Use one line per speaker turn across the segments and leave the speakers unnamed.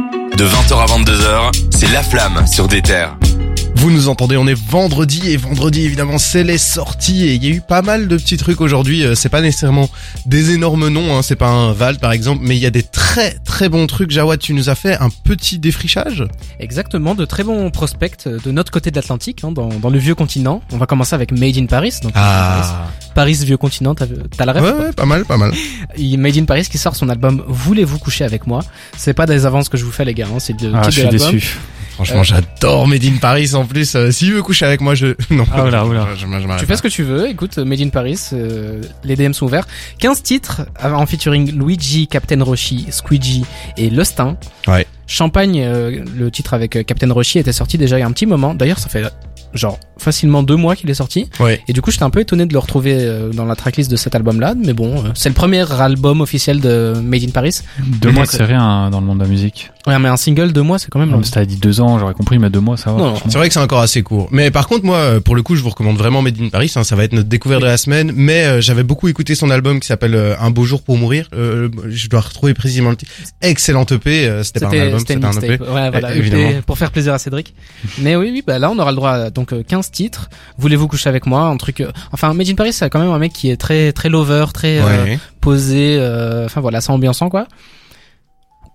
de 20h à 22h, c'est La Flamme sur des terres.
Vous nous entendez, on est vendredi et vendredi évidemment c'est les sorties et il y a eu pas mal de petits trucs aujourd'hui. Euh, C'est pas nécessairement des énormes noms, hein, c'est pas un Val par exemple, mais il y a des très très bons trucs. Jawad, tu nous as fait un petit défrichage.
Exactement, de très bons prospects euh, de notre côté de l'Atlantique, hein, dans, dans le vieux continent. On va commencer avec Made in Paris, donc
Ah.
Ah.
Paris, Paris, vieux continent, t'as t'as la ref
ouais, ouais, pas mal, pas mal.
Il- Made in Paris qui sort son album Voulez-vous coucher avec moi C'est pas des avances que je vous fais les gars, hein, c'est le
Ah,
titre
je suis
de l'album.
déçu.
Franchement,
Euh.
j'adore Made in Paris en plus. euh, S'il veut coucher avec moi, je non.
Ah, oula, oula.
Je- je- je m'arrête
Tu
pas.
fais ce que tu veux, écoute, euh, Made in Paris, euh, les DM sont ouverts. 15 titres euh, en featuring Luigi, Captain Roshi, Squeegee et Lustin.
Ouais.
Champagne, euh, le titre avec euh, Captain Roshi était sorti déjà il y a un petit moment. D'ailleurs, ça fait euh, genre facilement deux mois qu'il est sorti.
Ouais.
Et du coup, j'étais un peu étonné de le retrouver euh, dans la tracklist de cet album-là. Mais bon, euh, c'est le premier album officiel de Made in Paris.
Deux mois, c'est rien hein, dans le monde de la musique.
Ouais, mais un single, deux mois, c'est quand même long.
Même si t'avais dit deux ans, j'aurais compris, mais deux mois, ça va.
Non, non,
franchement.
C'est vrai que c'est encore assez court. Mais par contre, moi, euh, pour le coup, je vous recommande vraiment Made in Paris. hein, ça va être notre découverte de la semaine. Mais euh, j'avais beaucoup écouté son album qui s'appelle euh, Un beau jour pour mourir. Euh, je dois retrouver précisément le titre. Excellent EP. euh, c'était pas un album, c'était
c'était une
un EP.
mixtape. Ouais, voilà,
Eh, évidemment.
EP, pour faire plaisir à Cédric. Mais oui, oui, bah là, on aura le droit à donc euh, 15 titres. Voulez-vous coucher avec moi Un truc. euh, Enfin, Made in Paris, c'est quand même un mec qui est très, très lover, très euh,
Ouais.
posé. euh, Enfin voilà, c'est ambiançant quoi.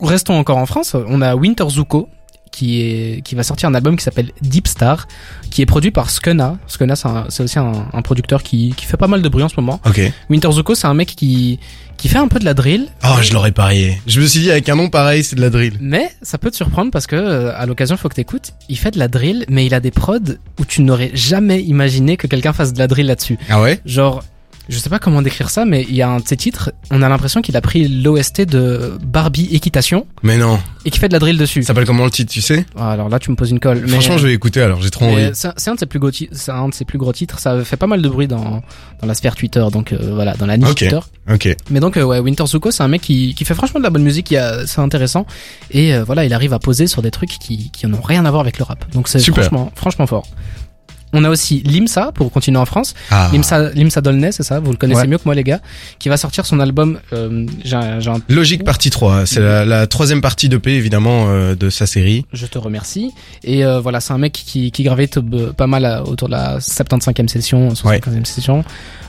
Restons encore en France. On a Winter Zuko qui est qui va sortir un album qui s'appelle Deep Star, qui est produit par Skuna. Skuna, c'est un- c'est aussi un, un producteur qui qui fait pas mal de bruit en ce moment.
Ok.
Winter Zuko, c'est un mec qui qui fait un peu de la drill,
Oh, je l'aurais parié. Je me suis dit avec un nom pareil, c'est de la drill.
Mais ça peut te surprendre parce que euh, à l'occasion, faut que t'écoutes. Il fait de la drill, mais il a des prods où tu n'aurais jamais imaginé que quelqu'un fasse de la drill là-dessus.
Ah ouais
Genre, je sais pas comment décrire ça, mais il y a un de ses titres, on a l'impression qu'il a pris l'OST de Barbie équitation
Mais non.
et qu'il fait de la drill dessus.
Ça s'appelle comment le titre, tu sais
Ah, Alors là, tu me poses une colle. Mais... euh,
Franchement, je vais écouter alors. J'ai trop
mais
envie.
c'est c'est un de ses plus gros ti- c'est un de ses plus gros titres. Ça fait pas mal de bruit dans dans la sphère Twitter, donc euh, voilà, dans la niche
Ok.
Twitter.
Ok.
Mais donc euh, ouais, Winter Zuko, c'est un mec qui, qui fait franchement de la bonne musique, il y a- c'est intéressant et euh, voilà, il arrive à poser sur des trucs qui qui n'ont rien à voir avec le rap. Donc c'est
Super.
franchement franchement fort. On a aussi Limsa pour continuer en France.
Ah.
Limsa Limsa Dolnay, c'est ça, vous le connaissez
Ouais.
mieux que moi les gars, qui va sortir son album euh, j'ai un- j'ai un-
Logique partie 3. C'est la, la troisième partie d'EP évidemment euh, de sa série.
je te remercie et euh, voilà, c'est un mec qui qui gravite euh, pas mal à- autour de la 75e session, 75e session.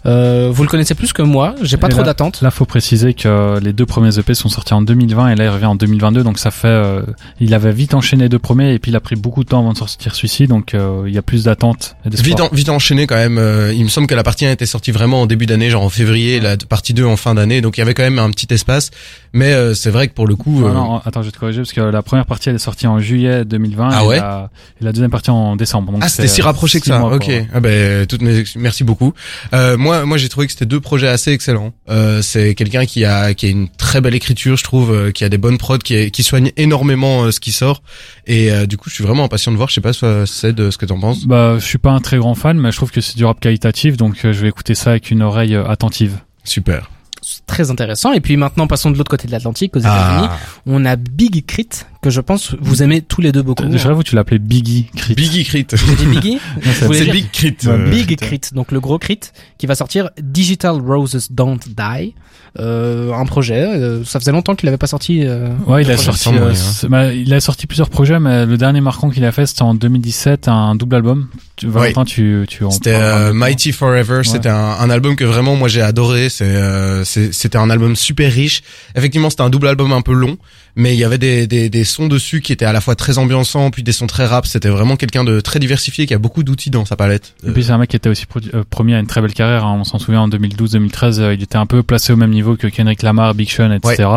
Euh, vous le connaissez plus que moi, j'ai pas
Et
trop
là-
d'attente.
Là, faut préciser que les deux premiers EP sont sortis en 2020 et là, il revient en 2022. Donc, ça fait. euh, il avait vite enchaîné les deux premiers et puis il a pris beaucoup de temps avant de sortir celui-ci. Donc, euh, il y a plus d'attentes et d'espoir.
Vite, en- vite enchaîné quand même. euh, il me semble que la partie 1 était sortie vraiment en début d'année, genre en février, la partie 2 en fin d'année. Donc il y avait quand même un petit espace. Mais euh, c'est vrai que pour le coup,
Ah
euh,
non, attends, je vais te corriger parce que la première partie elle est sortie en juillet 2020
Ah
et,
ouais
la, et la deuxième partie en décembre. Donc
ah c'était
c'est,
si
euh,
rapproché que
six
ça.
mois,
ok.
quoi.
Ah ben toutes mes ex- merci beaucoup. Euh, moi moi j'ai trouvé que c'était deux projets assez excellents. Euh, c'est quelqu'un qui a qui a une très belle écriture, je trouve, euh, qui a des bonnes prods, qui est- qui soigne énormément euh, ce qui sort. Et euh, du coup je suis vraiment impatient de voir. Je sais pas euh, c'est de ce que t'en penses.
Bah, je suis pas un très grand fan, mais je trouve que c'est du rap qualitatif, donc euh, je vais écouter ça avec une oreille euh, attentive.
Super.
C'est très intéressant et puis maintenant passons de l'autre côté de l'Atlantique
Ah.
aux États-Unis. On a Big Crit, que je pense vous aimez tous les deux beaucoup.
Je rêve où tu l'appelais Biggie Crit.
Biggie Crit.
J'ai dit Biggie
Non, ça-
Vous voulez
c'est
dire-
Big Crit. euh.
Ouais,
Big
putain.
Crit, donc le gros Crit, qui va sortir Digital Roses Don't Die. Euh, un projet, euh, ça faisait longtemps qu'il avait pas sorti. euh,
Ouais, il
de
a
projet.
sorti,
semble,
euh,
oui, hein.
ce- bah, il a sorti plusieurs projets, mais le dernier marquant qu'il a fait, c'était en 2017, un double album. Tu, Valentin, tu, tu en
C'était
parleras
euh,
maintenant.
Mighty Forever, c'était un, un album que vraiment moi j'ai adoré, c'est euh, c'est- c'était un album super riche. Effectivement, c'était un double album un peu long, mais il y avait des, des, des sons dessus qui étaient à la fois très ambiançants, puis des sons très rap, c'était vraiment quelqu'un de très diversifié qui a beaucoup d'outils dans sa palette.
Et puis c'est un mec qui était aussi produ- euh, premier à une très belle carrière. hein. On s'en souvient en 2012-2013, euh, il était un peu placé au même niveau que Kendrick Lamar, Big Sean, etc.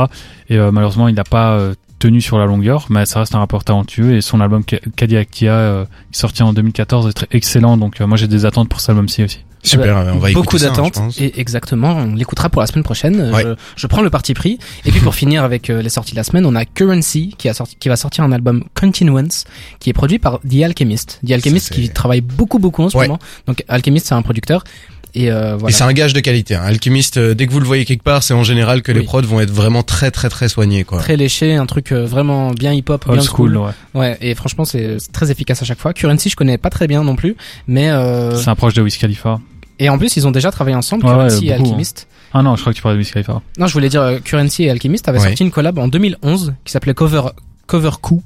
Et euh, malheureusement, il n'a pas euh, tenu sur la longueur, mais ça reste un rapport talentueux. Et son album Ca- Cadillac Kia, euh, qui est sorti en 2014, est très excellent. Donc euh, moi, j'ai des attentes pour cet album-ci aussi.
Euh, Super, on va
Beaucoup
écouter ça, hein, je
d'attentes.
pense.
et exactement, on l'écoutera pour la semaine prochaine. Euh,
Ouais.
Je, je prends le parti pris. Et puis pour finir avec euh, les sorties de la semaine, on a Currency qui, a sorti, qui va sortir un album Continuance qui est produit par The Alchemist. The Alchemist
c'est-
qui travaille beaucoup beaucoup en ce
Ouais.
moment. Donc Alchemist c'est un producteur et euh,
Et
voilà.
c'est un gage de qualité. Hein. Alchemist, euh, dès que vous le voyez quelque part, c'est en général que les
Oui.
prods vont être vraiment très très très soignés quoi.
très léché, un truc euh, vraiment bien hip-hop,
Old
bien
school, ouais.
Ouais, et franchement, c'est c'est très efficace à chaque fois. Currency, je connais pas très bien non plus, mais euh,
C'est un proche de Wiz Khalifa.
et en plus, ils ont déjà travaillé ensemble,
Ouais,
Currency
ouais,
et
beaucoup,
Alchemist.
Ah non, je crois que tu parlais de Wiz Khalifa.
Non, je voulais dire euh, Currency et Alchemist avaient
Ouais.
sorti une collab en 2011 qui s'appelait Cover cover coup.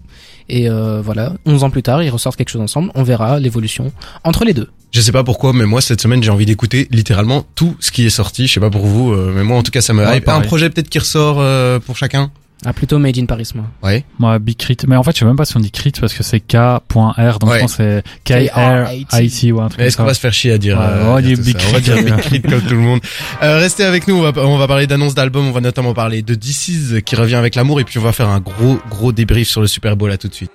Et euh, voilà, 11 ans plus tard, ils ressortent quelque chose ensemble. On verra l'évolution entre les deux.
Je sais pas pourquoi, mais moi cette semaine j'ai envie d'écouter littéralement tout ce qui est sorti. Je sais pas pour vous, euh, mais moi en tout cas ça me
Ouais,
hype. Pas un
pareil.
projet peut-être qui ressort euh, pour chacun.
Ah, plutôt Made in Paris, moi.
Ouais.
Moi, Big Crit. Mais en fait, je sais même pas si on dit Crit parce que c'est K.R. Donc
Ouais.
je pense que c'est K-R-I-T ou un truc
Mais est-ce qu'on
comme
va
ça.
se faire chier à dire
Ouais,
euh,
on va
à
dire
tout
Big
ça. On va
Crit.
dire Big Crit comme tout le monde. Euh, restez avec nous. On va, on va parler d'annonces d'albums. On va notamment parler de DC's qui revient avec l'amour et puis on va faire un gros gros débrief sur le Super Bowl à tout de suite.